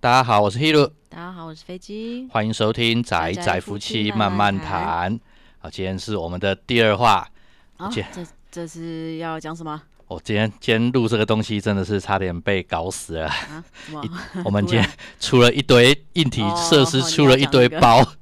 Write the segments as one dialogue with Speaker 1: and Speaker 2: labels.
Speaker 1: 大家好，我是 Hiro，
Speaker 2: 大家好，我是飞机。
Speaker 1: 欢迎收听《宅
Speaker 2: 宅
Speaker 1: 宅
Speaker 2: 夫
Speaker 1: 夫
Speaker 2: 妻
Speaker 1: 妻
Speaker 2: 慢
Speaker 1: 慢慢
Speaker 2: 慢谈
Speaker 1: 谈》啊，今天是我们的第二话。
Speaker 2: 啊，
Speaker 1: 姐
Speaker 2: 这这是要讲什么
Speaker 1: 我、今天今天录这个东西真的是差点被搞死 了。
Speaker 2: 啊？什么？
Speaker 1: 我们今天
Speaker 2: 突
Speaker 1: 出了一堆硬体设施，
Speaker 2: 哦哦
Speaker 1: 出了一堆
Speaker 2: 你要讲这个
Speaker 1: 包。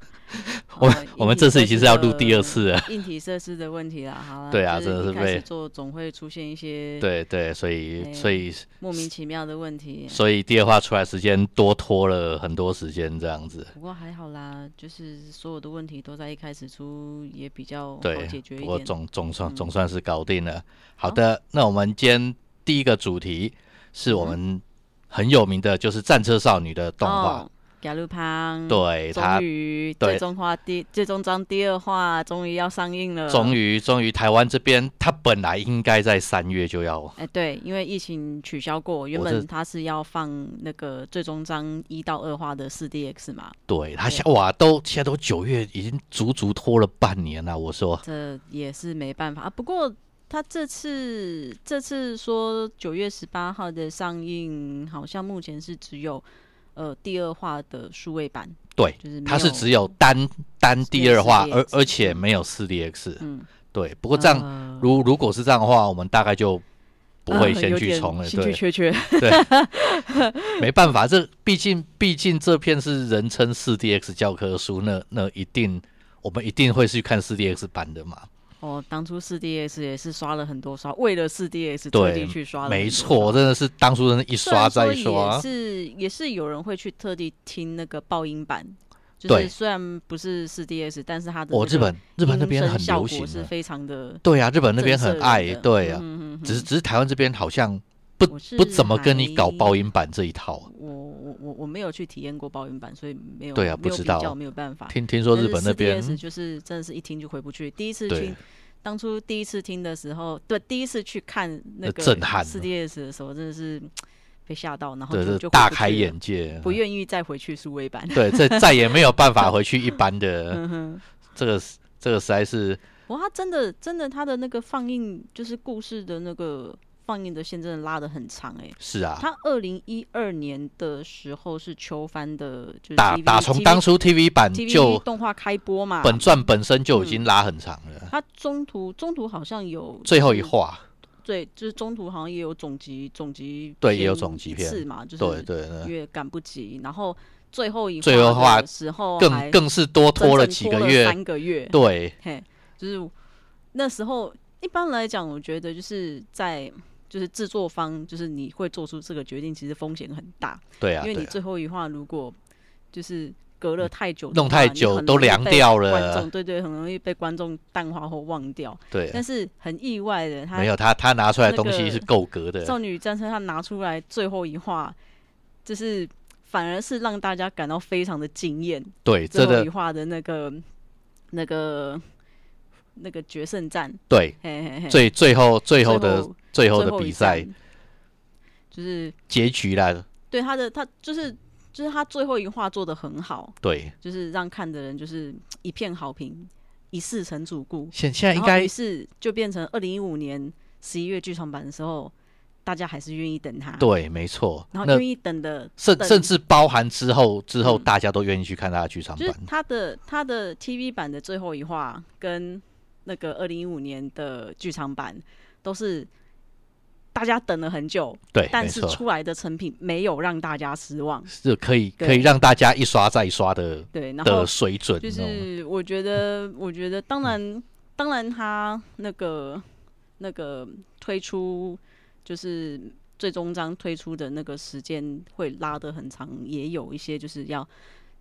Speaker 1: 我
Speaker 2: 哦
Speaker 1: 们我们这次其实要录第二。
Speaker 2: 硬体设
Speaker 1: 次了。
Speaker 2: 施的硬体设施的问题啦，好啦
Speaker 1: 对啊
Speaker 2: 就
Speaker 1: 真的是
Speaker 2: 一开始
Speaker 1: 被
Speaker 2: 做总会出现一些
Speaker 1: 对对，所以
Speaker 2: 哎
Speaker 1: 所以
Speaker 2: 莫名其妙的问题。啊
Speaker 1: 所以第二话出来时间多拖了很多时间，这样子。
Speaker 2: 不过还好啦，就是所有的问题都在一开始出，也比较好
Speaker 1: 对
Speaker 2: 解决，一
Speaker 1: 不过
Speaker 2: 点。
Speaker 1: 总总算
Speaker 2: 嗯
Speaker 1: 总算是搞定了。好
Speaker 2: 好
Speaker 1: 的，那我们今天第一个主题是
Speaker 2: 嗯
Speaker 1: 我们很有名的，就是《战车少女》的动画。
Speaker 2: 哦，雅鲁胖，
Speaker 1: 对它
Speaker 2: 终于
Speaker 1: 对
Speaker 2: 最终话第最终章第二话终于要上映了。
Speaker 1: 终于终于台湾这边，它本来应该在三月就要，
Speaker 2: 哎，对，因为疫情取消过，原
Speaker 1: 我这
Speaker 2: 本它是要放那个最终章一到二话的四 DX 嘛，
Speaker 1: 对它现哇都现在都九月，已经足足拖了半年了。我说
Speaker 2: 这也是没办法啊。不过它这次这次说九月十八号的上映，好像目前是只有呃第二话的数位版，
Speaker 1: 对，
Speaker 2: 就是
Speaker 1: 它是只
Speaker 2: 有
Speaker 1: 有单单第二话，
Speaker 2: 4DX
Speaker 1: 而而且没有四 DX。
Speaker 2: 嗯，
Speaker 1: 对，不
Speaker 2: 不
Speaker 1: 过这样
Speaker 2: 样
Speaker 1: 如如果是这样的话，我们大概就不会先
Speaker 2: 呃 有
Speaker 1: 去
Speaker 2: 点
Speaker 1: 冲了。
Speaker 2: 兴
Speaker 1: 对，
Speaker 2: 趣缺缺，
Speaker 1: 没办法，这毕竟毕竟这片是人称四 DX 教科书，那那一定我们一定会去看四 DX 版的嘛。
Speaker 2: 哦，当初四 DX 也是刷了很多刷，为了四 DX 特
Speaker 1: 对
Speaker 2: 地去刷了很多刷，
Speaker 1: 没错，真的是当初真的一
Speaker 2: 虽然
Speaker 1: 刷再
Speaker 2: 说
Speaker 1: 刷
Speaker 2: 也，是也是有人会去特地听那个爆音版，就
Speaker 1: 对
Speaker 2: 是虽然不是四 DS，但是它的
Speaker 1: 我、
Speaker 2: 那
Speaker 1: 哦
Speaker 2: 个
Speaker 1: 日本日本那
Speaker 2: 音
Speaker 1: 边
Speaker 2: 声
Speaker 1: 很
Speaker 2: 效
Speaker 1: 流
Speaker 2: 果
Speaker 1: 行
Speaker 2: 是
Speaker 1: 的，
Speaker 2: 非常的
Speaker 1: 对啊，日本那边
Speaker 2: 震慑
Speaker 1: 很
Speaker 2: 人
Speaker 1: 爱，
Speaker 2: 的
Speaker 1: 对啊，
Speaker 2: 嗯嗯嗯
Speaker 1: 只是
Speaker 2: 嗯
Speaker 1: 只是台湾这边好像
Speaker 2: 我是
Speaker 1: 不怎么跟你搞
Speaker 2: 还
Speaker 1: 爆音版这一套啊。
Speaker 2: 我我我我没有去体验过爆音版，所以没有
Speaker 1: 对啊
Speaker 2: 没
Speaker 1: 不
Speaker 2: 有
Speaker 1: 知
Speaker 2: 比
Speaker 1: 道
Speaker 2: 较没有办法。
Speaker 1: 听听说日本那边
Speaker 2: d s 就是真的是一听就回不去，第一次
Speaker 1: 对
Speaker 2: 听。当初第一次听的时候，对，第一次去看那
Speaker 1: 那
Speaker 2: 个
Speaker 1: 震撼啊
Speaker 2: 四 DS 的时候，真的是被吓到，然后
Speaker 1: 对
Speaker 2: 就
Speaker 1: 这
Speaker 2: 就回
Speaker 1: 大
Speaker 2: 不
Speaker 1: 开
Speaker 2: 去了
Speaker 1: 眼界，啊
Speaker 2: 不愿意再回去数位版。
Speaker 1: 对，这再也没有办法回去一般的
Speaker 2: 嗯哼，
Speaker 1: 这个是这个实在是
Speaker 2: 哇，他真的真的他的那个放映就是故事的那个放映的线真的拉的很长哎、
Speaker 1: 是啊，
Speaker 2: 他二零一二年的时候是秋帆的，就是
Speaker 1: 打
Speaker 2: TV
Speaker 1: 打从当初 TV 版
Speaker 2: TV
Speaker 1: 就
Speaker 2: 动画开播嘛，
Speaker 1: 本传本身就已经拉很长了，
Speaker 2: 他中途中途好像有
Speaker 1: 最后一
Speaker 2: 就是
Speaker 1: 话，
Speaker 2: 对，就是中途好像也有总集总集
Speaker 1: 对也有
Speaker 2: 片
Speaker 1: 总集
Speaker 2: 一
Speaker 1: 片
Speaker 2: 次嘛，就
Speaker 1: 对
Speaker 2: 是
Speaker 1: 对对，
Speaker 2: 越赶不及，然后最后一
Speaker 1: 最后
Speaker 2: 话
Speaker 1: 话
Speaker 2: 的时候
Speaker 1: 更
Speaker 2: 还
Speaker 1: 更是多
Speaker 2: 整
Speaker 1: 拖了
Speaker 2: 整
Speaker 1: 几个月，
Speaker 2: 三个月，
Speaker 1: 对
Speaker 2: 嘿，就是那时候一般来讲，我觉得就是在就是制作方，就是你会做出这个决定，其实风险很大，
Speaker 1: 对啊，
Speaker 2: 因为你
Speaker 1: 对啊，嗯
Speaker 2: 最后一话如果就是隔了太久的话，
Speaker 1: 弄太久
Speaker 2: 你很
Speaker 1: 都
Speaker 2: 容易
Speaker 1: 凉
Speaker 2: 被
Speaker 1: 掉
Speaker 2: 观
Speaker 1: 了
Speaker 2: 众对对，很容易被观众淡化或忘掉。但
Speaker 1: 对，啊
Speaker 2: 是很意外的，他
Speaker 1: 没有啊他他拿出来的东
Speaker 2: 那
Speaker 1: 西
Speaker 2: 个
Speaker 1: 是够格的，
Speaker 2: 少女战车他拿出来最后一话，就是反而是让大家感到非常的惊艳。
Speaker 1: 对，
Speaker 2: 最
Speaker 1: 真
Speaker 2: 后
Speaker 1: 的
Speaker 2: 一话的那个那个那个决胜战，
Speaker 1: 对，
Speaker 2: 嘿嘿嘿，
Speaker 1: 最最后最后的
Speaker 2: 后
Speaker 1: 最后
Speaker 2: 最
Speaker 1: 的
Speaker 2: 后
Speaker 1: 比
Speaker 2: 一
Speaker 1: 赛
Speaker 2: 战，就是
Speaker 1: 结局啦，
Speaker 2: 对他的他就是就是他最后一话做的很好，
Speaker 1: 对，
Speaker 2: 就是让看的人就是一片好评，一世成主顾。
Speaker 1: 现现在应
Speaker 2: 然后
Speaker 1: 该
Speaker 2: 于是就变成二零一五年十一月剧场版的时候，大家还是愿意等他，，
Speaker 1: 对，没错，
Speaker 2: 然
Speaker 1: 那
Speaker 2: 后愿意等的
Speaker 1: 甚
Speaker 2: 等
Speaker 1: 甚至包含之后之后
Speaker 2: 嗯
Speaker 1: 大家都愿意去看他的剧场
Speaker 2: 就是
Speaker 1: 版，
Speaker 2: 他的他的 TV 版的最后一话跟那个二零一五年的剧场版都是大家等了很久，
Speaker 1: 对，
Speaker 2: 但
Speaker 1: 没
Speaker 2: 是
Speaker 1: 错。
Speaker 2: 出来的成品没有让大家失望。
Speaker 1: 是可以
Speaker 2: 对
Speaker 1: 可以让大家一刷再刷的
Speaker 2: 对，然后
Speaker 1: 的水准，
Speaker 2: 就
Speaker 1: 你知道吗
Speaker 2: 是我觉 得，我觉得当然，当然他那个那个推出就是最终章推出的那个时间会拉得很长，也有一些就是要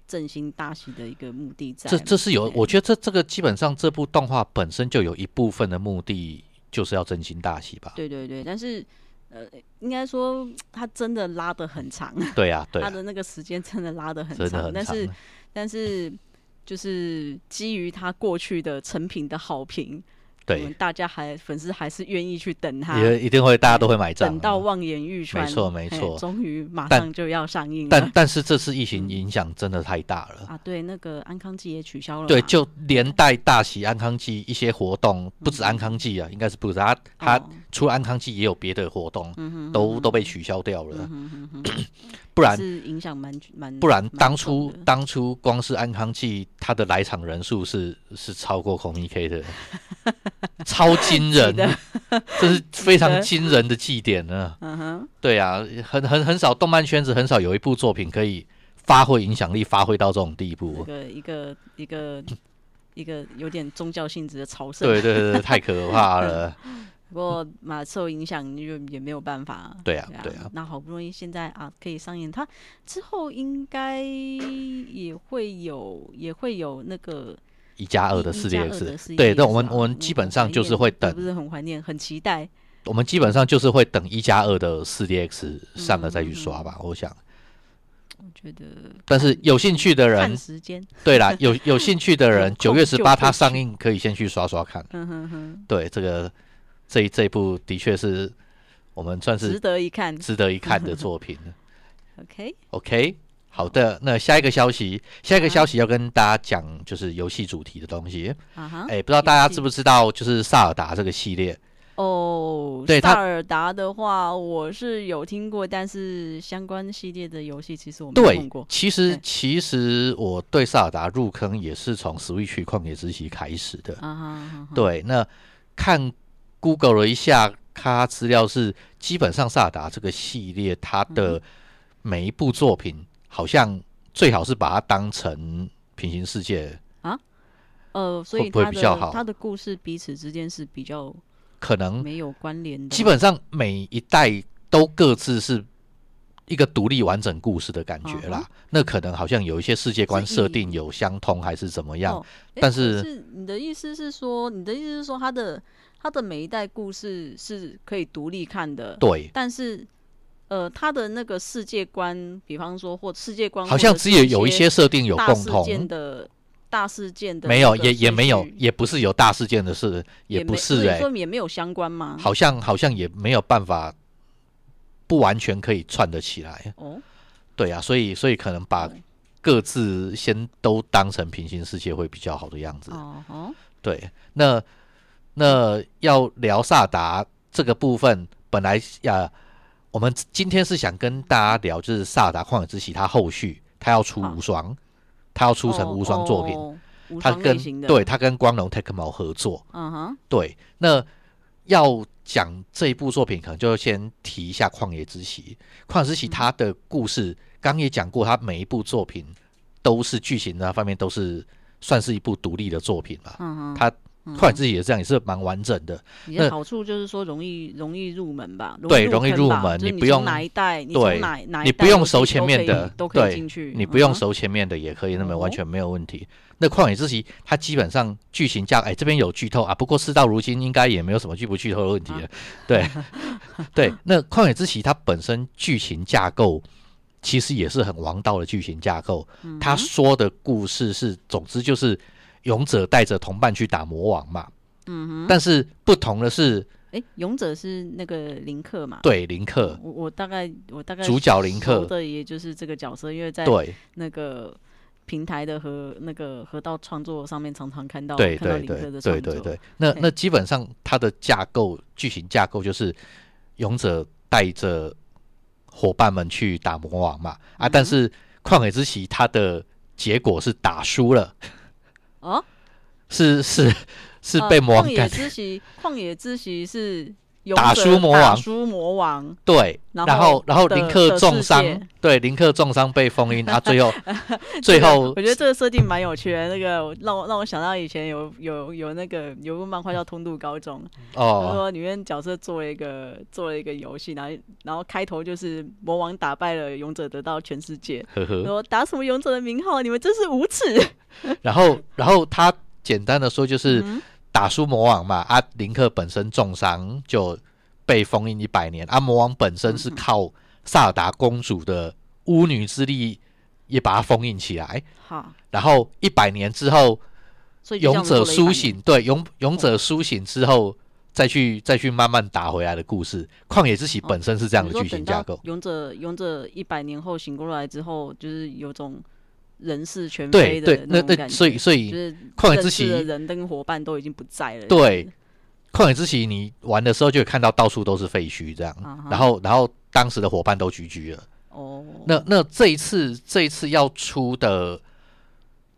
Speaker 2: 振兴大喜的一个目的在。
Speaker 1: 这这是有，
Speaker 2: 对
Speaker 1: 我觉得这这个基本上这部动画本身就有一部分的目的就是要振兴大喜吧？
Speaker 2: 对对对，但是呃，应该说它真的拉得很长，
Speaker 1: 对啊，对
Speaker 2: 它
Speaker 1: 啊，
Speaker 2: 的那个时间真的拉得很
Speaker 1: 真的
Speaker 2: 长，
Speaker 1: 很
Speaker 2: 但
Speaker 1: 长
Speaker 2: 是但是就是基于它过去的成品的好评，我们
Speaker 1: 对，
Speaker 2: 大家还粉丝还是愿意去等嗯它。
Speaker 1: 也一定会大家都会买账啊
Speaker 2: 等到
Speaker 1: 的。
Speaker 2: 望眼欲穿，
Speaker 1: 没错没
Speaker 2: 嘿
Speaker 1: 错
Speaker 2: 终于马
Speaker 1: 但
Speaker 2: 上就要上映
Speaker 1: 但
Speaker 2: 了
Speaker 1: 但是这次疫
Speaker 2: 嗯
Speaker 1: 情影响真的太大了，
Speaker 2: 啊！对，那个安康季也取消了嘛，
Speaker 1: 对，就连带大喜安康季一些活动，不止安康季啊，应该是不止它它
Speaker 2: 嗯哦嗯
Speaker 1: 除了安康季也有别的活动，都都被取消掉了。不然
Speaker 2: 是影响蛮蛮，
Speaker 1: 不然
Speaker 2: 蛮
Speaker 1: 当
Speaker 2: 重
Speaker 1: 初
Speaker 2: 的
Speaker 1: 当初光是安康剂，它的来场人数是是超过孔一 K 的，超惊人
Speaker 2: 记得，
Speaker 1: 这是非常
Speaker 2: 得
Speaker 1: 惊人的绩点呢、
Speaker 2: 嗯哼，
Speaker 1: 对啊，很很很少，动漫圈子很少有一部作品可以发挥影响力，发挥到这种地
Speaker 2: 一
Speaker 1: 步。
Speaker 2: 个一个一个一个有点宗教性质的朝圣，
Speaker 1: 对对对，太可怕了。
Speaker 2: 不过嘛，受影响就也没有办法。
Speaker 1: 对啊对啊
Speaker 2: 那好不容易现在啊可以上映，它之后应该也会有，也会有那个
Speaker 1: 一加二的
Speaker 2: 一
Speaker 1: 四
Speaker 2: 加
Speaker 1: D
Speaker 2: 二的
Speaker 1: X，
Speaker 2: 4DX
Speaker 1: 对，但我们
Speaker 2: 啊
Speaker 1: 我们基本
Speaker 2: 很
Speaker 1: 上
Speaker 2: 怀
Speaker 1: 就是
Speaker 2: 念
Speaker 1: 会
Speaker 2: 也
Speaker 1: 等
Speaker 2: 不，是很怀念，很期待。
Speaker 1: 我们基本上就是会等一加二的四 D X 上了再去
Speaker 2: 嗯嗯嗯
Speaker 1: 刷吧，我想。
Speaker 2: 我觉得
Speaker 1: 但是有兴趣的人
Speaker 2: 看，时间，
Speaker 1: 对 啦，有有兴趣的人
Speaker 2: 有，
Speaker 1: 九
Speaker 2: 空
Speaker 1: 月十
Speaker 2: 就嗯
Speaker 1: 八
Speaker 2: 可
Speaker 1: 它
Speaker 2: 以
Speaker 1: 上
Speaker 2: 去
Speaker 1: 映，可以先去刷刷看。
Speaker 2: 哼哼哼，
Speaker 1: 对，这个这一这一部的确是我们算
Speaker 2: 值
Speaker 1: 是
Speaker 2: 得一看。
Speaker 1: 值得一看的作 品。
Speaker 2: OK，
Speaker 1: OK，好的，那下一个消息，下一个
Speaker 2: 啊
Speaker 1: 消息要跟大家讲就是游戏主题的东西。
Speaker 2: 啊哈，
Speaker 1: 哎，不知道大家
Speaker 2: 游
Speaker 1: 知不知道，就是萨尔达这个系列，
Speaker 2: 哦，
Speaker 1: 对它
Speaker 2: 萨尔达的话，我是有听过，但是相关系列的游戏其实我没有
Speaker 1: 对
Speaker 2: 碰过，。
Speaker 1: 其实
Speaker 2: 对
Speaker 1: 其实我对萨尔达入坑也是从 Switch 旷野之息开始的。
Speaker 2: 啊哈啊哈，
Speaker 1: 对，那看 Google 了一下，它资料是基本上萨尔达这个系列，它
Speaker 2: 嗯
Speaker 1: 的每一部作品好像最好是把它当成平行世界，
Speaker 2: 呃，所
Speaker 1: 会
Speaker 2: 以
Speaker 1: 不会
Speaker 2: 它
Speaker 1: 比
Speaker 2: 的
Speaker 1: 较好
Speaker 2: 它的故事彼此之间是比较
Speaker 1: 可能
Speaker 2: 没有关联的，
Speaker 1: 嗯基本上每一代都各自是一个独立完整故事的感觉啦。
Speaker 2: 嗯
Speaker 1: 那可能好像有一些世界观
Speaker 2: 是
Speaker 1: 设
Speaker 2: 一
Speaker 1: 定有相通，还是怎么样？
Speaker 2: 哦诶
Speaker 1: 但
Speaker 2: 可
Speaker 1: 是
Speaker 2: 是你的意思是说，你的意思是说，它的它的每一代故事是可以独立看的，
Speaker 1: 对，
Speaker 2: 但是呃，它的那个世界观，比方说或世界观，
Speaker 1: 好像只有有一
Speaker 2: 一
Speaker 1: 些设定有
Speaker 2: 大
Speaker 1: 共
Speaker 2: 事
Speaker 1: 同，
Speaker 2: 件的大事件的那个顺序，
Speaker 1: 没有，也也没有，也不是有大事件的事，
Speaker 2: 也
Speaker 1: 也不
Speaker 2: 没
Speaker 1: 是
Speaker 2: 所
Speaker 1: 哎、
Speaker 2: 以说也没有相关吗？
Speaker 1: 好像好像也没有办法，不完全可以串得起来。
Speaker 2: 哦，
Speaker 1: 对啊，所以所以可能把
Speaker 2: 对
Speaker 1: 各自先都当成平行世界会比较好的样子。
Speaker 2: 哦吼，
Speaker 1: 对，那那要聊萨达这个部分，本来呀、呃我们今天是想跟大家聊，就是萨达旷野之息，它后续它要出
Speaker 2: 好
Speaker 1: 无双，它要出成
Speaker 2: 哦
Speaker 1: 无双作品，
Speaker 2: 哦无
Speaker 1: 它
Speaker 2: 双类
Speaker 1: 跟
Speaker 2: 型的，
Speaker 1: 对，它跟光荣 Tecmo 合作，
Speaker 2: 嗯哼，
Speaker 1: 对，那要讲这一部作品，可能就先提一下《旷野之息》。《旷野之
Speaker 2: 嗯
Speaker 1: 息》它的故事，刚、也讲过，它每一部作品都是剧情啊方面都是算是一部独立的作品嘛。
Speaker 2: 嗯哼，
Speaker 1: 它
Speaker 2: 嗯
Speaker 1: 旷野之息也这样，也是蛮完整的。
Speaker 2: 你
Speaker 1: 那
Speaker 2: 的好处就是说容易容易入门吧，
Speaker 1: 对
Speaker 2: 容
Speaker 1: 容易
Speaker 2: 入
Speaker 1: 入
Speaker 2: 坑吧
Speaker 1: 门
Speaker 2: 就是
Speaker 1: 你
Speaker 2: 你
Speaker 1: 不
Speaker 2: 从
Speaker 1: 用
Speaker 2: 哪一代，你
Speaker 1: 对
Speaker 2: 从哪哪一
Speaker 1: 你不
Speaker 2: 代
Speaker 1: 用
Speaker 2: 游
Speaker 1: 熟
Speaker 2: 戏
Speaker 1: 前
Speaker 2: 都
Speaker 1: 面
Speaker 2: 可以
Speaker 1: 的
Speaker 2: 都可
Speaker 1: 对
Speaker 2: 以进去，
Speaker 1: 你
Speaker 2: 嗯
Speaker 1: 不用
Speaker 2: 哼，
Speaker 1: 熟前面的也可以，那么完
Speaker 2: 哦
Speaker 1: 全没有问题。那《旷野之息》它基本上剧情架，哎，这边有剧透啊，不过事到如今应该也没有什么剧不剧透的问题了。啊对对，那《旷野之息》它本身剧情架构其实也是很王道的剧情架构，他说的故事是，总之就是勇者带着同伴去打魔王嘛。嗯但是不同的是，
Speaker 2: 哎，勇者是那个林克嘛，
Speaker 1: 对林克
Speaker 2: 我我大概我大概
Speaker 1: 主角林
Speaker 2: 熟
Speaker 1: 克，
Speaker 2: 的也就是这个角色，因为在
Speaker 1: 对
Speaker 2: 那个平台的和那个河道创作上面常常看到
Speaker 1: 对
Speaker 2: 看到
Speaker 1: 对
Speaker 2: 林克
Speaker 1: 对对
Speaker 2: 的创
Speaker 1: 对
Speaker 2: 作，
Speaker 1: 对，那
Speaker 2: 嘿
Speaker 1: 那基本上它的架构剧情架构就是勇者带着伙伴们去打魔王嘛啊，
Speaker 2: 嗯
Speaker 1: 但是旷野之息它的结果是打输了，
Speaker 2: 哦，
Speaker 1: 是是是
Speaker 2: 呃
Speaker 1: 被魔
Speaker 2: 旷
Speaker 1: 王
Speaker 2: 野
Speaker 1: 干，
Speaker 2: 之息，旷野之息是勇
Speaker 1: 打
Speaker 2: 者
Speaker 1: 输魔
Speaker 2: 打
Speaker 1: 王
Speaker 2: 输魔王，
Speaker 1: 对，
Speaker 2: 然
Speaker 1: 然
Speaker 2: 后
Speaker 1: 后然后
Speaker 2: 的
Speaker 1: 林克
Speaker 2: 的
Speaker 1: 重
Speaker 2: 世
Speaker 1: 伤
Speaker 2: 界，
Speaker 1: 对，林克重伤被封印，啊， 最后最
Speaker 2: 这个
Speaker 1: 后
Speaker 2: 我觉得这个设定蛮有趣的。那个让我让我想到以前有有有那个有部漫画叫《通度高中》，他
Speaker 1: 哦，
Speaker 2: 说里面角色做了一个做了一个游戏，然后然后开头就是魔王打败了勇者，得到全世界。
Speaker 1: 呵呵，
Speaker 2: 说打什么勇者的名号？你们真是无耻！
Speaker 1: 然后然后他简单的说就是
Speaker 2: 嗯
Speaker 1: 打输魔王嘛，啊，林克本身重伤就被封印一百年，啊，魔王本身是靠萨尔达公主的巫女之力也把它封印起来，
Speaker 2: 好，
Speaker 1: 然后一百年之后
Speaker 2: 所以就
Speaker 1: 勇
Speaker 2: 这样子
Speaker 1: 者
Speaker 2: 做了一版
Speaker 1: 苏醒，对勇勇者苏醒之后。再去再去慢慢打回来的故事，《旷野之息》
Speaker 2: 哦
Speaker 1: 本身是这样
Speaker 2: 你
Speaker 1: 的
Speaker 2: 说
Speaker 1: 剧情
Speaker 2: 等
Speaker 1: 架
Speaker 2: 到
Speaker 1: 构。
Speaker 2: 勇者勇者一百年后醒过来之后，就是有种人事全
Speaker 1: 对
Speaker 2: 非的
Speaker 1: 对，那
Speaker 2: 嗯种
Speaker 1: 那
Speaker 2: 感
Speaker 1: 所以
Speaker 2: 觉，
Speaker 1: 所
Speaker 2: 就
Speaker 1: 以
Speaker 2: 是
Speaker 1: 旷野
Speaker 2: 认
Speaker 1: 之
Speaker 2: 识的
Speaker 1: 息，
Speaker 2: 人跟伙伴都已经不在了。
Speaker 1: 对，旷野之息，你玩的时候就有看到到处都是废墟这样，
Speaker 2: 啊哈
Speaker 1: 然后然后当时的伙伴都居居了，
Speaker 2: 啊哦，
Speaker 1: 那那这一次这一次要出的《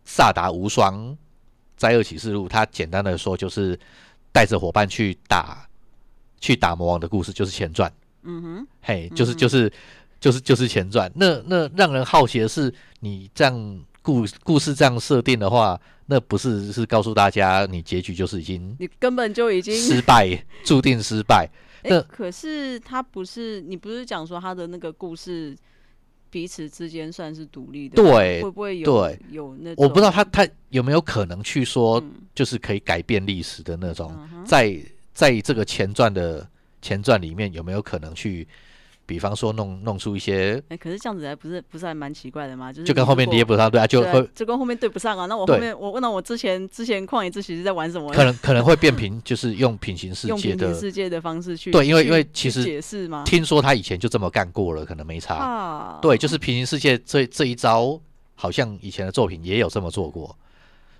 Speaker 1: 萨达无双灾厄启示录》，它简单的说就是带着伙伴去打去打魔王的故事，就是前传。
Speaker 2: 嗯哼，
Speaker 1: 嘿，就是就是就是就是前传。那那让人好奇的是，你这样故故事这样设定的话，那不是是告诉大家你结局就是已经
Speaker 2: 你根本就已经，
Speaker 1: 失败，注定失败。
Speaker 2: 哎、
Speaker 1: 那
Speaker 2: 可是他不是，你不是讲说他的那个故事彼此之间算是独立的，，
Speaker 1: 对
Speaker 2: 会，不会有
Speaker 1: 对
Speaker 2: 有那种？
Speaker 1: 我不知道他他有没有可能去说，
Speaker 2: 嗯
Speaker 1: 就是可以改变历史的那种，
Speaker 2: 嗯哼
Speaker 1: 在在这个前传的前传里面有没有可能去，比方说弄弄出一些，
Speaker 2: 哎、可是这样子还不是不是还蛮奇怪的吗？就是
Speaker 1: 就跟后面
Speaker 2: 跌
Speaker 1: 连不上对啊，就
Speaker 2: 嗯对啊
Speaker 1: 会，
Speaker 2: 就跟后面对不上啊。那我
Speaker 1: 对
Speaker 2: 后面我那我之前之前旷野之息是在玩什么？
Speaker 1: 可能可能会变平，就是用平行世
Speaker 2: 用
Speaker 1: 界
Speaker 2: 平行
Speaker 1: 的
Speaker 2: 世界的方式去
Speaker 1: 对因为
Speaker 2: 去
Speaker 1: 因为其
Speaker 2: 去
Speaker 1: 实
Speaker 2: 解释吗？
Speaker 1: 听说他以前就这么干过了，可能没差。
Speaker 2: 啊，
Speaker 1: 对，就是平行世界这这一招，好像以前的作品也有这么做过，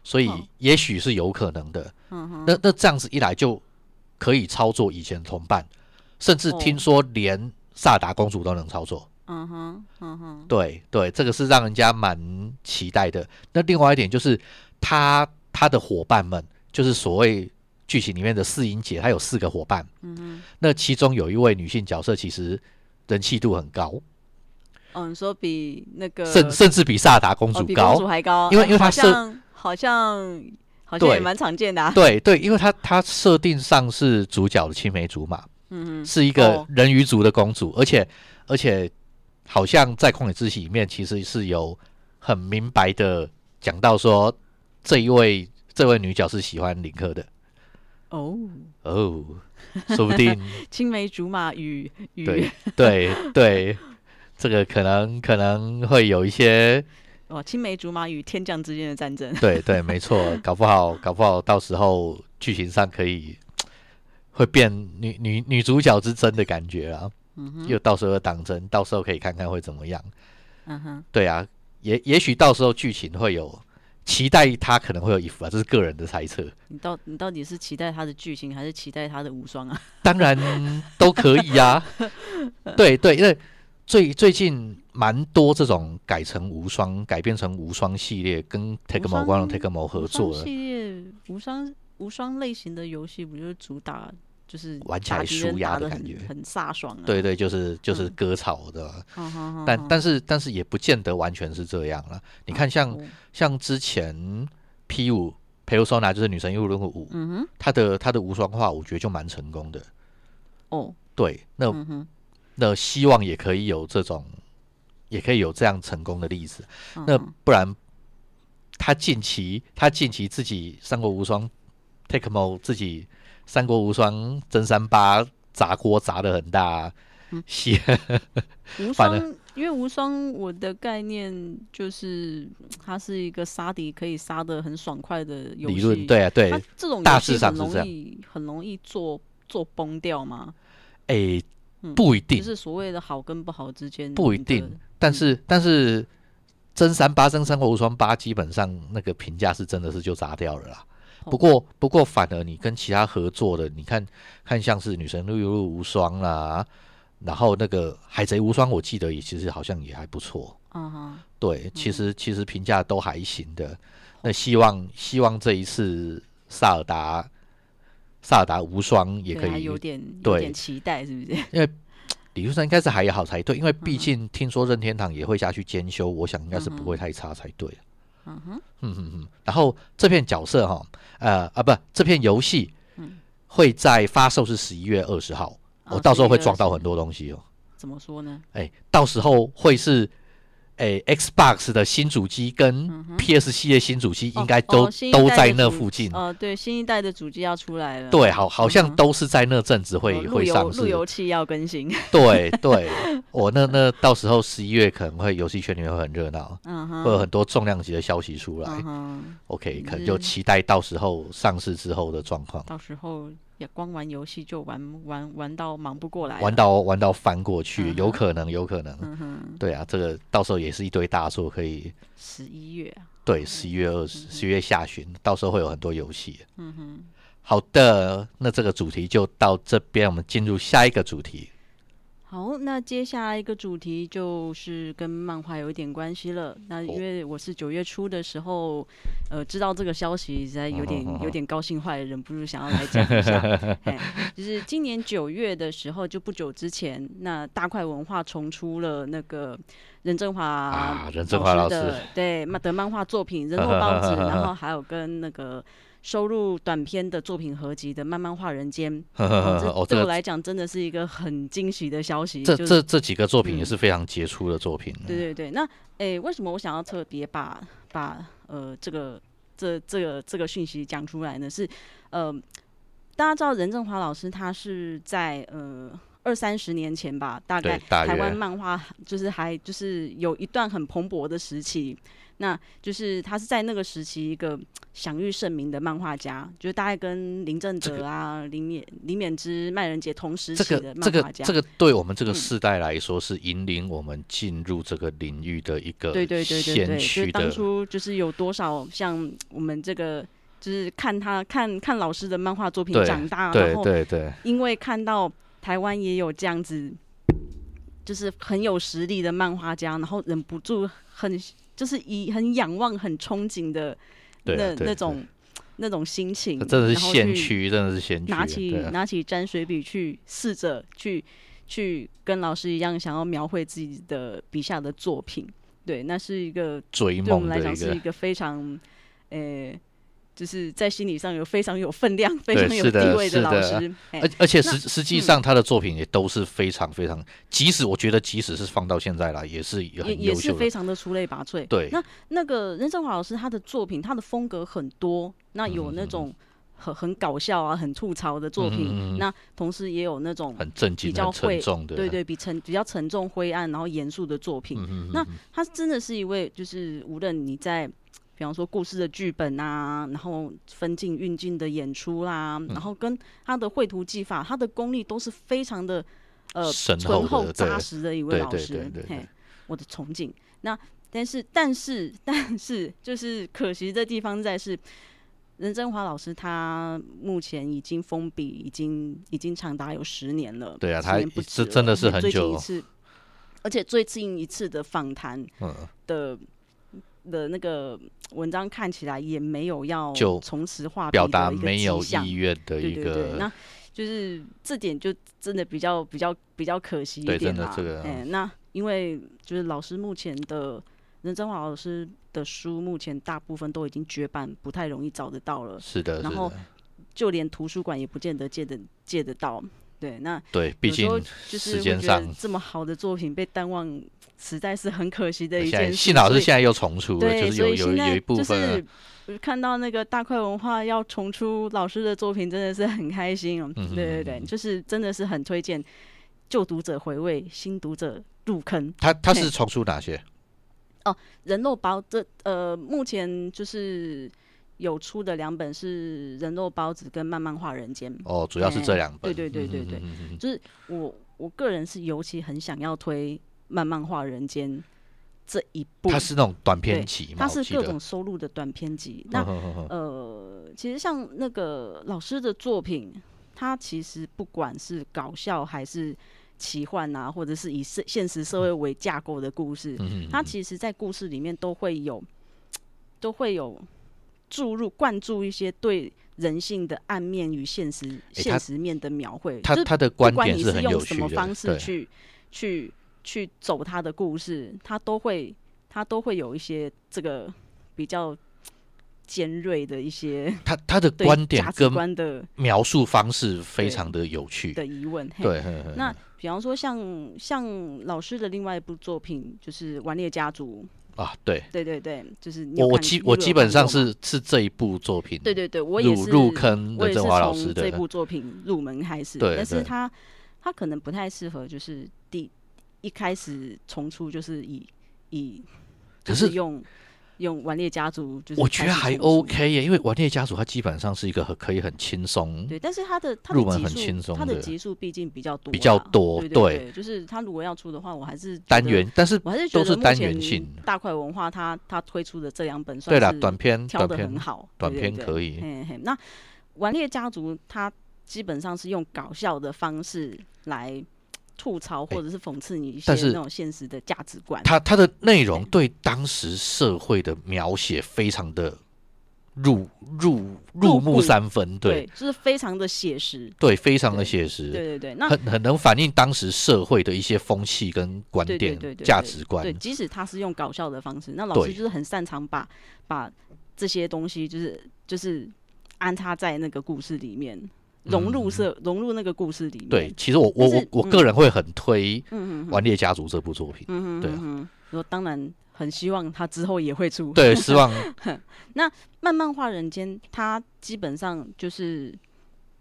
Speaker 1: 所以
Speaker 2: 哦
Speaker 1: 也许是有可能的。
Speaker 2: 嗯哼，
Speaker 1: 那那这样子一来就可以操作以前的同伴，甚至
Speaker 2: 哦
Speaker 1: 听说连萨达公主都能操作。
Speaker 2: 嗯哼，嗯哼，
Speaker 1: 对对，这个是让人家蛮期待的。那另外一点就是他他的伙伴们，就是所谓剧情里面的四英姐，她有四个伙伴。
Speaker 2: 嗯哼，
Speaker 1: 那其中有一位女性角色，其实人气度很高，
Speaker 2: 哦，你说比那个
Speaker 1: 甚甚至比萨达公
Speaker 2: 呃哦
Speaker 1: 主
Speaker 2: 比
Speaker 1: 高。
Speaker 2: 公主还高，
Speaker 1: 因为
Speaker 2: 哎
Speaker 1: 因为她
Speaker 2: 好
Speaker 1: 设
Speaker 2: 像好像好像
Speaker 1: 对
Speaker 2: 也蛮常见的啊。
Speaker 1: 对对，因为她她设定上是主角的青梅竹马，
Speaker 2: 嗯
Speaker 1: 是一个
Speaker 2: 哦
Speaker 1: 人鱼族的公主，而且而且好像在《旷野之息》里面，其实是有很明白的讲到说，这一位这位女角是喜欢林克的
Speaker 2: 哼，哦，
Speaker 1: 哦，说不 定
Speaker 2: 青梅竹马与与
Speaker 1: 对对对，这个可能可能会有一些
Speaker 2: 哦，青梅竹马与天降之间的战争。
Speaker 1: 对对，没错，搞不好，搞不好到时候剧情上可以会变女女女主角之争的感觉啊，
Speaker 2: 嗯哼，
Speaker 1: 又到时候的党争，到时候可以看看会怎么样。
Speaker 2: 嗯哼，
Speaker 1: 对啊，也也许到时候剧情会有期待，它可能会有一幅啊，这是个人的猜测。
Speaker 2: 你到你到底是期待他的剧情，还是期待他的无双啊？
Speaker 1: 当然都可以 啊，对对，因为最最近蛮多这种改成无双、改编成无双系列，跟 Take Mo
Speaker 2: 双
Speaker 1: 光荣 Take Mo 合
Speaker 2: 无双
Speaker 1: 作的，啊
Speaker 2: 系列无双无双类型的游戏，不就是主打就是
Speaker 1: 玩起
Speaker 2: 打
Speaker 1: 来
Speaker 2: 敌人
Speaker 1: 舒压
Speaker 2: 打
Speaker 1: 的
Speaker 2: 得
Speaker 1: 感
Speaker 2: 很
Speaker 1: 觉
Speaker 2: 很飒爽啊。
Speaker 1: 对对，就是就是
Speaker 2: 嗯
Speaker 1: 割草的啊嘛。
Speaker 2: 嗯哼，哼
Speaker 1: 但
Speaker 2: 哼
Speaker 1: 但是但是也不见得完全是这样了。你看像，
Speaker 2: 哦
Speaker 1: 像之前 P 五 Persona 就是女神异闻录五，
Speaker 2: 嗯哼，
Speaker 1: 它的它的无双化，我觉得就蛮成功的。
Speaker 2: 哦，
Speaker 1: 对，那、
Speaker 2: 嗯哼，
Speaker 1: 那希望也可以有这种，也可以有这样成功的例子。
Speaker 2: 嗯
Speaker 1: 那
Speaker 2: 哼
Speaker 1: 不然，他近期他近期自己三国无双 Takemo 自己三国无双真三八砸锅砸的很大，
Speaker 2: 嗯
Speaker 1: 血、
Speaker 2: 无
Speaker 1: 反而
Speaker 2: 双，因为无双我的概念就是它是一个杀敌可以杀的很爽快的 游戏，
Speaker 1: 理论，对啊对
Speaker 2: 它，这种游
Speaker 1: 大
Speaker 2: 戏
Speaker 1: 致上
Speaker 2: 很
Speaker 1: 是这
Speaker 2: 容
Speaker 1: 样
Speaker 2: 易很容易做做崩掉嘛，
Speaker 1: 哎、
Speaker 2: 嗯
Speaker 1: 不一定
Speaker 2: 就，是所谓的好跟不好之间
Speaker 1: 不一
Speaker 2: 的嗯
Speaker 1: 定，但是但是真三八、真三国无双八基本上那个评价是真的是就砸掉了啦。
Speaker 2: 哦
Speaker 1: 不过不过反而你跟其他合作的，你看看像是女神绿路无双啦，然后那个海贼无双，我记得也其实好像也还不错。
Speaker 2: 啊哈，
Speaker 1: 对，其
Speaker 2: 嗯
Speaker 1: 实其实评价都还行的。那希望希望这一次萨尔达萨尔达无双也
Speaker 2: 对
Speaker 1: 可
Speaker 2: 还
Speaker 1: 以
Speaker 2: 有点有
Speaker 1: 对
Speaker 2: 点期待，是不 是？
Speaker 1: 理论上应该是还好才对，因
Speaker 2: 嗯
Speaker 1: 为毕竟听说任天堂也会下去监修，我想应该是不会太差才对。
Speaker 2: 嗯哼，
Speaker 1: 嗯嗯嗯。然后这片角色哈，呃啊不，这片游戏
Speaker 2: 嗯
Speaker 1: 会在发售是十一月二十号，我、
Speaker 2: 啊
Speaker 1: 到时候会
Speaker 2: 11月
Speaker 1: 撞到
Speaker 2: 20
Speaker 1: 很多东西哦。
Speaker 2: 怎么说呢？
Speaker 1: 哎，到时候会是哎 Xbox 的新主机跟 PS 系列新主机
Speaker 2: 嗯哦
Speaker 1: 应该都、
Speaker 2: 哦新一代
Speaker 1: 都
Speaker 2: 的
Speaker 1: 在那
Speaker 2: 主
Speaker 1: 附近。
Speaker 2: 呃，对，新一代的主机要出来了，
Speaker 1: 嗯对，好，好
Speaker 2: 嗯
Speaker 1: 像
Speaker 2: 哼
Speaker 1: 都是在那阵子会、
Speaker 2: 哦路
Speaker 1: 会
Speaker 2: 由
Speaker 1: 上市。
Speaker 2: 路由器要更新，
Speaker 1: 对对，我那那到时候十一月可能会游戏圈里面会很热闹，
Speaker 2: 嗯哼，
Speaker 1: 会有很多重量级的消息出来。
Speaker 2: 嗯哼，
Speaker 1: OK，可能
Speaker 2: 嗯
Speaker 1: 就期待到时候上市之后的状况，
Speaker 2: 到时候也光玩游戏就玩玩玩到忙不过来，
Speaker 1: 玩，到玩到翻过去，
Speaker 2: 哎嗯
Speaker 1: 有
Speaker 2: 哼
Speaker 1: 可能，有可能。
Speaker 2: 嗯哼，
Speaker 1: 对啊，这个到时候也是一堆大作，可以
Speaker 2: 十一月啊，
Speaker 1: 对十一月二十、十一月下旬，到时候会有很多游戏。
Speaker 2: 嗯哼，
Speaker 1: 好的，那这个主题就到这边，我们进入下一个主题。
Speaker 2: 好，那接下来一个主题就是跟漫画有一点关系了。
Speaker 1: 哦
Speaker 2: 那因为我是九月初的时候，呃，知道这个消息，实在有
Speaker 1: 嗯
Speaker 2: 点有点高兴坏了，忍不住想要来讲一下。哎，就是今年九月的时候，就不久之前，那大块文化重出了那个任正华
Speaker 1: 啊任正华老师
Speaker 2: 的对漫的漫画作品《人肉 报纸》，然后还有跟那个收录短篇的作品合集的《漫漫画人间》。
Speaker 1: 呵呵呵呵
Speaker 2: 哦
Speaker 1: 哦，
Speaker 2: 这
Speaker 1: 这
Speaker 2: 对我
Speaker 1: 个
Speaker 2: 来讲真的是一个很惊喜的消息。
Speaker 1: 这
Speaker 2: 就是
Speaker 1: 这这几个作品也
Speaker 2: 嗯
Speaker 1: 是非常杰出的作品。
Speaker 2: 对对对。那诶，为什么我想要特别把把呃这个这这个这个讯息讲出来呢？是呃，大家知道任正华老师他是在呃二三十年前吧，大概
Speaker 1: 对，大
Speaker 2: 台湾
Speaker 1: 约
Speaker 2: 漫画就是还就是有一段很蓬勃的时期，那就是他是在那个时期一个享誉盛名的漫画家，就是大概跟林正
Speaker 1: 这
Speaker 2: 哲啊、李勉、李勉之、麦人杰同时
Speaker 1: 这
Speaker 2: 期
Speaker 1: 个
Speaker 2: 的
Speaker 1: 这
Speaker 2: 漫
Speaker 1: 个
Speaker 2: 画家。
Speaker 1: 这个对我们这个
Speaker 2: 嗯
Speaker 1: 世代来说是引领我们进入这个领域的一个
Speaker 2: 对对对对对，
Speaker 1: 先
Speaker 2: 就是
Speaker 1: 驱的
Speaker 2: 当初就是有多少像我们这个，就是看他看看老师的漫画作品
Speaker 1: 对
Speaker 2: 长大，
Speaker 1: 对
Speaker 2: 啊然后
Speaker 1: 对对，
Speaker 2: 因为看到台湾也有这样子，就是很有实力的漫画家，然后忍不住很就是以很仰望、很憧憬的
Speaker 1: 对啊
Speaker 2: 那
Speaker 1: 对
Speaker 2: 那种那种心情
Speaker 1: 这，真的是
Speaker 2: 然后
Speaker 1: 先
Speaker 2: 去
Speaker 1: 驱，真的是先驱。
Speaker 2: 拿起
Speaker 1: 对啊
Speaker 2: 拿起沾水笔去试着去去跟老师一样，想要描绘自己的笔下的作品。对，那是一个
Speaker 1: 追
Speaker 2: 对我
Speaker 1: 梦
Speaker 2: 们来
Speaker 1: 的
Speaker 2: 讲
Speaker 1: 一
Speaker 2: 是一
Speaker 1: 个，
Speaker 2: 个非常，呃，就是在心理上有非常有分量、非
Speaker 1: 对
Speaker 2: 常有
Speaker 1: 是的
Speaker 2: 地位
Speaker 1: 是
Speaker 2: 老
Speaker 1: 的
Speaker 2: 师。哎
Speaker 1: 而而且实
Speaker 2: 那
Speaker 1: 实际
Speaker 2: 嗯
Speaker 1: 上他的作品也都是非常非常，即使我觉得即使是放到现在来，也是有
Speaker 2: 也
Speaker 1: 很
Speaker 2: 也
Speaker 1: 优
Speaker 2: 是
Speaker 1: 秀
Speaker 2: 非
Speaker 1: 的。
Speaker 2: 常的出类拔萃。
Speaker 1: 对
Speaker 2: 那那个任正华老师他的作品，他的风格很多，那有那种很很搞笑啊、很吐槽的作品，
Speaker 1: 嗯嗯嗯
Speaker 2: 那同时也有那种
Speaker 1: 很震惊、
Speaker 2: 比较
Speaker 1: 很
Speaker 2: 会
Speaker 1: 沉重的，
Speaker 2: 对对比沉比较沉重、灰暗然后严肃的作品。
Speaker 1: 嗯，嗯
Speaker 2: 那
Speaker 1: 嗯嗯
Speaker 2: 他真的是一位，就是无论你在，比方说故事的剧本啊，然后分镜运镜的演出啦、
Speaker 1: 嗯
Speaker 2: 然后跟他的绘图技法，他的功力都是非常的呃
Speaker 1: 深
Speaker 2: 醇
Speaker 1: 厚
Speaker 2: 厚
Speaker 1: 的
Speaker 2: 扎
Speaker 1: 对
Speaker 2: 实的一位
Speaker 1: 对
Speaker 2: 老
Speaker 1: 对
Speaker 2: 师
Speaker 1: 对对，对
Speaker 2: 嘿，我的崇敬。那但是但是但是，就是可惜的地方在是。任正华老师他目前已经封笔，已经已经长达有十年了。
Speaker 1: 对啊
Speaker 2: 十
Speaker 1: 他
Speaker 2: 年不
Speaker 1: 一
Speaker 2: 止
Speaker 1: 这真
Speaker 2: 了
Speaker 1: 的是
Speaker 2: 因为
Speaker 1: 很
Speaker 2: 最近
Speaker 1: 久
Speaker 2: 一次，而且最近一次的访谈，
Speaker 1: 嗯
Speaker 2: 的的那个文章看起来也没有要
Speaker 1: 就
Speaker 2: 重拾画笔
Speaker 1: 表
Speaker 2: 的
Speaker 1: 达
Speaker 2: 一个
Speaker 1: 没
Speaker 2: 迹
Speaker 1: 有
Speaker 2: 象
Speaker 1: 意愿的
Speaker 2: 对
Speaker 1: 一
Speaker 2: 对对，
Speaker 1: 个
Speaker 2: 那就是这点就真的比较比较比较可惜
Speaker 1: 对
Speaker 2: 一点
Speaker 1: 真的
Speaker 2: 啦。
Speaker 1: 这个啊
Speaker 2: 哎、那因为就是老师目前的任正华老师的书，目前大部分都已经绝版，不太容易找得到了，
Speaker 1: 是的，
Speaker 2: 然
Speaker 1: 是
Speaker 2: 后
Speaker 1: 的，
Speaker 2: 就连图书馆也不见得借得借得到。对，那
Speaker 1: 对，毕
Speaker 2: 有时
Speaker 1: 竟
Speaker 2: 候就是
Speaker 1: 时
Speaker 2: 会
Speaker 1: 间
Speaker 2: 觉得
Speaker 1: 上
Speaker 2: 这么好的作品被淡忘，实在是很可惜的一
Speaker 1: 现
Speaker 2: 件
Speaker 1: 在
Speaker 2: 事。
Speaker 1: 幸好
Speaker 2: 所
Speaker 1: 是
Speaker 2: 以
Speaker 1: 现在又重出了，
Speaker 2: 对，
Speaker 1: 就是
Speaker 2: 所
Speaker 1: 有
Speaker 2: 以
Speaker 1: 有
Speaker 2: 现在
Speaker 1: 有一部
Speaker 2: 就
Speaker 1: 分啊
Speaker 2: 是呃看到那个大块文化要重出老师的作品，真的是很开心哦。
Speaker 1: 嗯哼
Speaker 2: 对对对，就是真的是很推荐旧读者回味，新读者入坑。
Speaker 1: 他他
Speaker 2: 嘿
Speaker 1: 是重出哪些？
Speaker 2: 人肉包这呃，目前就是有出的两本是《人肉包子》跟《漫漫画人间》。
Speaker 1: 哦，主要是这
Speaker 2: 哎
Speaker 1: 两本。
Speaker 2: 对对对
Speaker 1: 嗯
Speaker 2: 对对
Speaker 1: 嗯嗯嗯嗯
Speaker 2: 就是我我个人是尤其很想要推《漫漫画人间》这一部，
Speaker 1: 它是那种短篇
Speaker 2: 对
Speaker 1: 集嘛，
Speaker 2: 它
Speaker 1: 我
Speaker 2: 是
Speaker 1: 记
Speaker 2: 各
Speaker 1: 得嗯
Speaker 2: 种收录的短篇集。那
Speaker 1: 哼哼哼哼
Speaker 2: 呃，其实像那个老师的作品，他其实不管是搞笑还是奇幻啊，或者是以现现实社会为架构的故事，
Speaker 1: 嗯
Speaker 2: 他其实在故事里面都会有，都会有注入灌注一些对人性的暗面与现实、
Speaker 1: 诶
Speaker 2: 现
Speaker 1: 他
Speaker 2: 实面的描绘。
Speaker 1: 他
Speaker 2: 就是
Speaker 1: 他的
Speaker 2: 不
Speaker 1: 观
Speaker 2: 管
Speaker 1: 点
Speaker 2: 你是
Speaker 1: 很
Speaker 2: 用
Speaker 1: 有
Speaker 2: 什
Speaker 1: 趣
Speaker 2: 么
Speaker 1: 的，
Speaker 2: 方式
Speaker 1: 对
Speaker 2: 去去去走他的故事，他都会他都会有一些这个比较尖锐的一些
Speaker 1: 他他的
Speaker 2: 对
Speaker 1: 观点
Speaker 2: 价值
Speaker 1: 跟
Speaker 2: 观的
Speaker 1: 描述方式非
Speaker 2: 对
Speaker 1: 常的有趣。
Speaker 2: 的疑问。嘿，
Speaker 1: 对，哼哼
Speaker 2: 那比方说像像老师的另外一部作品就是《顽劣家族》，
Speaker 1: 啊，对
Speaker 2: 对对对，就是你有
Speaker 1: 我我
Speaker 2: 看
Speaker 1: 基
Speaker 2: 你
Speaker 1: 我
Speaker 2: 有
Speaker 1: 基
Speaker 2: 看
Speaker 1: 本上
Speaker 2: 过吗
Speaker 1: 是是这一部作品，
Speaker 2: 对对对，我也
Speaker 1: 入
Speaker 2: 是
Speaker 1: 入坑
Speaker 2: 我
Speaker 1: 任
Speaker 2: 也是
Speaker 1: 正华老师
Speaker 2: 从
Speaker 1: 的
Speaker 2: 这部作品入门开始，
Speaker 1: 对
Speaker 2: 但是
Speaker 1: 对
Speaker 2: 他他可能不太适合，就是第一开始重出就是以以
Speaker 1: 可
Speaker 2: 就是用用顽劣家族，就是
Speaker 1: 我觉
Speaker 2: 开
Speaker 1: 得
Speaker 2: 始
Speaker 1: 还
Speaker 2: 重出
Speaker 1: OK 耶，因为《顽劣家族》它基本上是一个很可以很轻松，
Speaker 2: 对，但是他的他
Speaker 1: 入门
Speaker 2: 的
Speaker 1: 很
Speaker 2: 集
Speaker 1: 轻
Speaker 2: 数，
Speaker 1: 松
Speaker 2: 他的
Speaker 1: 的
Speaker 2: 集数毕竟比较多啦，
Speaker 1: 比较多
Speaker 2: 对
Speaker 1: 对
Speaker 2: 对，就是他如果要出的话，我还是觉
Speaker 1: 单
Speaker 2: 得，
Speaker 1: 元，但是
Speaker 2: 我还是觉
Speaker 1: 都
Speaker 2: 得
Speaker 1: 是
Speaker 2: 目
Speaker 1: 单
Speaker 2: 前
Speaker 1: 元性
Speaker 2: 大块文化他他推出的这两本算
Speaker 1: 对
Speaker 2: 是
Speaker 1: 啦，短篇
Speaker 2: 挑
Speaker 1: 短
Speaker 2: 的很
Speaker 1: 篇
Speaker 2: 好，
Speaker 1: 短
Speaker 2: 对
Speaker 1: 篇可。
Speaker 2: 对
Speaker 1: 以，
Speaker 2: 对嘿嘿，那《顽劣家族》它基本上是用搞笑的方式来吐槽或者是讽刺你一些
Speaker 1: 哎但是
Speaker 2: 那种现实的价值观。
Speaker 1: 它它的内容对当时社会的描写非常的入入入
Speaker 2: 入
Speaker 1: 木
Speaker 2: 骨
Speaker 1: 三分，
Speaker 2: 对
Speaker 1: 对，
Speaker 2: 就是非常的写实。
Speaker 1: 对，非常的
Speaker 2: 对
Speaker 1: 写实，
Speaker 2: 对对对，那
Speaker 1: 很很能反映当时社会的一些风气跟观
Speaker 2: 对对
Speaker 1: 点
Speaker 2: 对、对
Speaker 1: 价值观
Speaker 2: 对，。即使他是用搞笑的方式，那老师
Speaker 1: 对
Speaker 2: 就是很擅长把把这些东西，就是就是安插在那个故事里面，融入社、融入那个故事里面。
Speaker 1: 嗯对，，其实我我
Speaker 2: 但
Speaker 1: 我
Speaker 2: 是
Speaker 1: 我
Speaker 2: 嗯
Speaker 1: 个人会很推
Speaker 2: 嗯嗯
Speaker 1: 《
Speaker 2: 嗯
Speaker 1: 顽劣家族》这部作品。
Speaker 2: 嗯嗯，
Speaker 1: 对啊
Speaker 2: 嗯，我当然很希望他之后也会出。
Speaker 1: 对，希望
Speaker 2: 漫漫画人间，它基本上就是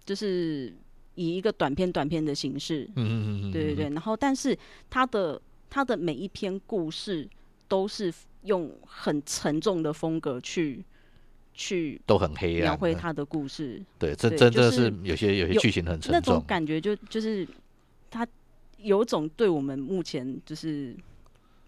Speaker 2: 就是以一个短片短片的形式，
Speaker 1: 嗯嗯嗯，
Speaker 2: 对对对，然后但是它的它的每一篇故事都是用很沉重的风格去去
Speaker 1: 都很黑
Speaker 2: 描
Speaker 1: 暗。
Speaker 2: 绘
Speaker 1: 嗯
Speaker 2: 他的故事，
Speaker 1: 对，真
Speaker 2: 对
Speaker 1: 真
Speaker 2: 就
Speaker 1: 的
Speaker 2: 是
Speaker 1: 是有些有些
Speaker 2: 有
Speaker 1: 剧情很
Speaker 2: 那
Speaker 1: 沉
Speaker 2: 种
Speaker 1: 重。
Speaker 2: 感觉就就是他有种对我们目前就是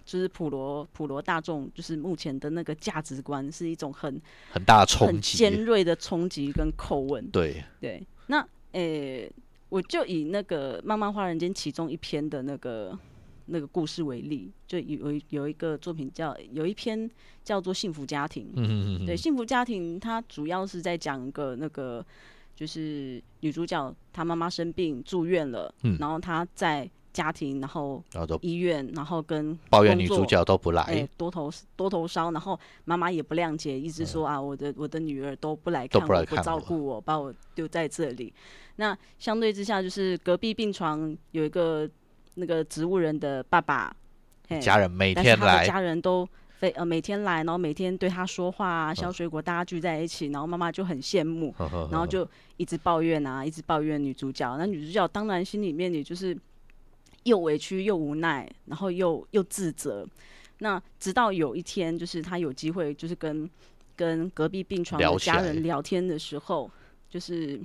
Speaker 2: 就是普罗普罗大众就是目前的那个价值观是一种很
Speaker 1: 很大的冲
Speaker 2: 很尖
Speaker 1: 击。
Speaker 2: 锐的冲击跟叩问。
Speaker 1: 对，
Speaker 2: 对，那诶、我就以那个《漫漫画人间》其中一篇的那个那个故事为例，就有有一有一个作品叫有一篇叫做《幸福家庭》。
Speaker 1: 嗯嗯嗯
Speaker 2: 对，《
Speaker 1: 嗯，
Speaker 2: 幸福家庭》它主要是在讲一个那个，就是女主角她妈妈生病住院了，
Speaker 1: 嗯
Speaker 2: 然后她在家庭，然后
Speaker 1: 然后都
Speaker 2: 医院，然后跟
Speaker 1: 抱怨
Speaker 2: 工
Speaker 1: 女主
Speaker 2: 作
Speaker 1: 角都不
Speaker 2: 哎、
Speaker 1: 来，
Speaker 2: 多头多头烧，然后妈妈也不谅解，一直说、啊，我的我的女儿都不来
Speaker 1: 嗯都
Speaker 2: 看
Speaker 1: 不
Speaker 2: 我，
Speaker 1: 来看
Speaker 2: 照
Speaker 1: 我
Speaker 2: 顾我，把我丢在这里。那相对之下，就是隔壁病床有一个那个植物人的爸爸，嘿
Speaker 1: 家人每
Speaker 2: 哎但是
Speaker 1: 天
Speaker 2: 他的
Speaker 1: 来，
Speaker 2: 家人都非呃每天来，然后每天对他说话啊，
Speaker 1: 嗯
Speaker 2: 削水果，大家聚在一起，然后妈妈就很羡慕，
Speaker 1: 呵呵
Speaker 2: 然后
Speaker 1: 呵
Speaker 2: 就一直抱怨啊，一直抱怨女主角。那女主角当然心里面也就是又委屈又无奈，然后又又自责。那直到有一天，就是她有机会，就是跟跟隔壁病床
Speaker 1: 聊
Speaker 2: 的
Speaker 1: 起
Speaker 2: 家
Speaker 1: 来
Speaker 2: 人聊天的时候，就是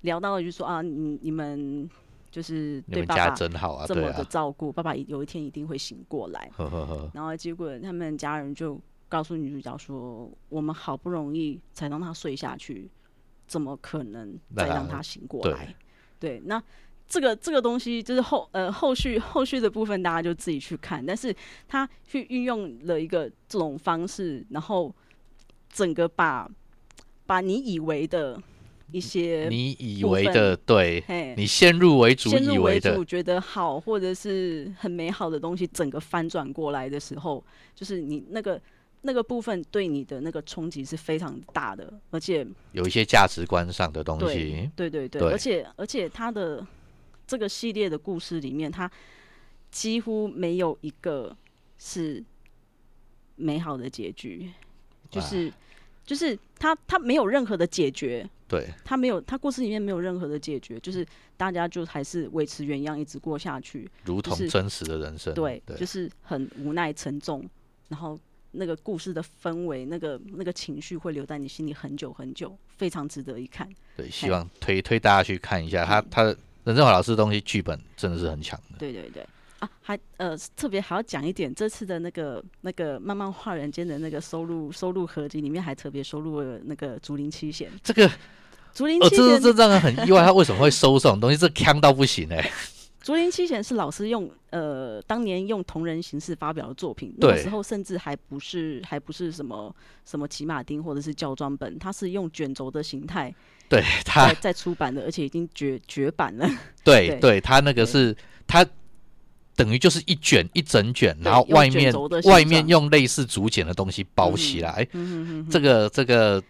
Speaker 2: 聊到就说啊，你你们就是
Speaker 1: 你
Speaker 2: 对
Speaker 1: 们
Speaker 2: 爸
Speaker 1: 家
Speaker 2: 爸
Speaker 1: 真好啊，
Speaker 2: 这
Speaker 1: 对
Speaker 2: 么的
Speaker 1: 啊，
Speaker 2: 照顾，爸爸有一天一定会醒过来。
Speaker 1: 呵呵呵，
Speaker 2: 然后结果他们家人就告诉女主角说：“我们好不容易才让她睡下去，怎么可能
Speaker 1: 那
Speaker 2: 再让
Speaker 1: 她
Speaker 2: 她醒过
Speaker 1: 对
Speaker 2: 来？”对，那这个这个东西就是后呃后续后续的部分，大家就自己去看。但是他去运用了一个这种方式，然后整个把把你以为的一些
Speaker 1: 你以
Speaker 2: 部
Speaker 1: 为
Speaker 2: 分
Speaker 1: 的对，
Speaker 2: 嘿
Speaker 1: 你先入为主
Speaker 2: 先
Speaker 1: 以
Speaker 2: 入为
Speaker 1: 为的
Speaker 2: 主，，觉得好或者是很美好的东西，整个翻转过来的时候，就是你那个那个部分对你的那个冲击是非常大的，而且
Speaker 1: 有一些价值观上的东
Speaker 2: 对
Speaker 1: 西，
Speaker 2: 对对对，
Speaker 1: 对
Speaker 2: 而且而且它的这个系列的故事里面，它几乎没有一个是美好的结局，就是、就是它它没有任何的解决，
Speaker 1: 对，
Speaker 2: 他没有，他故事里面没有任何的解决，就是大家就还是维持原样一直过下去，
Speaker 1: 如
Speaker 2: 就
Speaker 1: 同
Speaker 2: 是
Speaker 1: 真实的人生，
Speaker 2: 对，
Speaker 1: 对
Speaker 2: 就是很无奈沉重，然后那个故事的氛围，那个那个情绪会留在你心里很久很久，非常值得一看。
Speaker 1: 对，希望推推大家去看一下
Speaker 2: 嗯
Speaker 1: 他他的任正华老师的东西，剧本真的是很强的，
Speaker 2: 对对对，啊，还呃特别还要讲一点，这次的那个那个漫漫画人间的那个收入收入合集里面还特别收录了那个竹林七贤，
Speaker 1: 这个
Speaker 2: 竹林
Speaker 1: 哦，
Speaker 2: 七
Speaker 1: 这
Speaker 2: 贤，
Speaker 1: 这让人很意外，他为什么会收这种东西？这坑到不行哎，
Speaker 2: 竹林七贤是老师用呃当年用同人形式发表的作品，那个
Speaker 1: 对
Speaker 2: 时候甚至还不是还不是什么什么骑马丁或者是教装本，它是用卷轴的形态
Speaker 1: 对他
Speaker 2: 在在出版的，而且已经绝绝版了。
Speaker 1: 对
Speaker 2: 对
Speaker 1: 对，它那个
Speaker 2: 对
Speaker 1: 是它等于就是一卷一整卷，然后
Speaker 2: 用
Speaker 1: 外
Speaker 2: 卷
Speaker 1: 面
Speaker 2: 轴的形
Speaker 1: 外面
Speaker 2: 状
Speaker 1: 用类似竹简的东西包起
Speaker 2: 嗯
Speaker 1: 来。
Speaker 2: 嗯嗯嗯
Speaker 1: 这个这个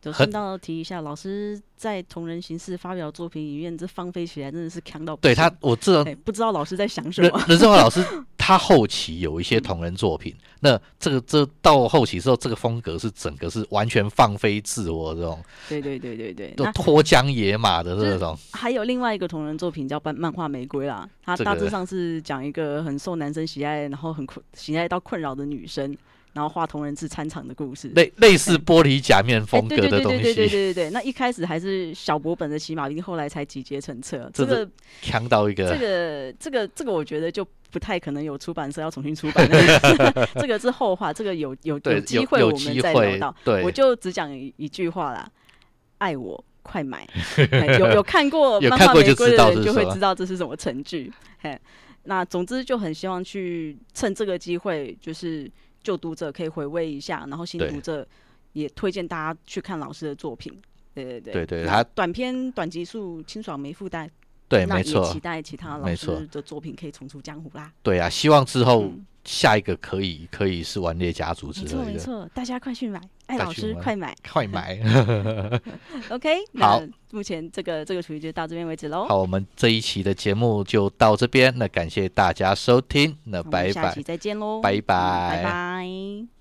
Speaker 2: 就
Speaker 1: 很
Speaker 2: 顺道提一下，老师在同人形式发表作品里面，这放飞起来真的是扛到不
Speaker 1: 对
Speaker 2: 行
Speaker 1: 他，我知道
Speaker 2: 哎、不知道老师在想什
Speaker 1: 任
Speaker 2: 么。
Speaker 1: 任正华老 师他后期有一些同人作品，那这个这到后期之后，这个风格是整个是完全放飞自我这种，
Speaker 2: 对对对对对，
Speaker 1: 就
Speaker 2: 哎那
Speaker 1: 脱缰野马的
Speaker 2: 就是
Speaker 1: 这种。
Speaker 2: 还有另外一个同人作品叫《漫漫画玫瑰》啦，它
Speaker 1: 这
Speaker 2: 大
Speaker 1: 个
Speaker 2: 致上是讲一个很受男生喜爱，然后很困喜爱到困扰的女生，然后画同人志参场的故事。
Speaker 1: 类类似玻璃假面
Speaker 2: 哎
Speaker 1: 风
Speaker 2: 对
Speaker 1: 格
Speaker 2: 对
Speaker 1: 的
Speaker 2: 对
Speaker 1: 东
Speaker 2: 对对对
Speaker 1: 西，
Speaker 2: 对对，那一开始还是小薄本的骑马兵，后来才集结成册。
Speaker 1: 这
Speaker 2: 这个
Speaker 1: 强到一
Speaker 2: 这
Speaker 1: 个
Speaker 2: 个这个这个，我觉得就不太可能有出版社要重新出版了。 这个是后话，这个有有
Speaker 1: 对
Speaker 2: 机
Speaker 1: 有
Speaker 2: 会
Speaker 1: 有
Speaker 2: 我
Speaker 1: 机
Speaker 2: 们再聊
Speaker 1: 会
Speaker 2: 到。，我
Speaker 1: 对
Speaker 2: 就只讲一一句话啦，爱我 快买！哎有有看过
Speaker 1: 有
Speaker 2: 漫
Speaker 1: 看
Speaker 2: 画
Speaker 1: 过
Speaker 2: 玫
Speaker 1: 就
Speaker 2: 瑰
Speaker 1: 知
Speaker 2: 的
Speaker 1: 道
Speaker 2: 人
Speaker 1: 是
Speaker 2: 就
Speaker 1: 什
Speaker 2: 会
Speaker 1: 么
Speaker 2: 知道这是什么程序。嘿，那总之就很希望去趁这个机会，就是旧读者可以回味一下，然后新
Speaker 1: 对
Speaker 2: 读者也推荐大家去看老师的作品。对对对，
Speaker 1: 对对
Speaker 2: 那
Speaker 1: 他
Speaker 2: 短篇短集数清爽没负担，
Speaker 1: 对，
Speaker 2: 那
Speaker 1: 没
Speaker 2: 也
Speaker 1: 错
Speaker 2: 期，待其他老
Speaker 1: 没错
Speaker 2: 师的作品可以重出江湖啦。
Speaker 1: 对啊，希望之后
Speaker 2: 嗯
Speaker 1: 下一个可以可以是顽劣家族之
Speaker 2: 没错
Speaker 1: 类
Speaker 2: 没
Speaker 1: 的，
Speaker 2: 错，大家快去买，艾
Speaker 1: 快
Speaker 2: 老
Speaker 1: 去
Speaker 2: 师
Speaker 1: 买
Speaker 2: 快
Speaker 1: 快
Speaker 2: 买。
Speaker 1: 买。
Speaker 2: OK，
Speaker 1: 好
Speaker 2: 那目前这个这个处理就到这边为止喽。
Speaker 1: 好，我们这一期的节目就到这边，那感谢大家收听，那
Speaker 2: 那我
Speaker 1: 拜
Speaker 2: 们下
Speaker 1: 拜
Speaker 2: 期。再见喽，
Speaker 1: 拜
Speaker 2: 嗯
Speaker 1: 拜
Speaker 2: 拜拜。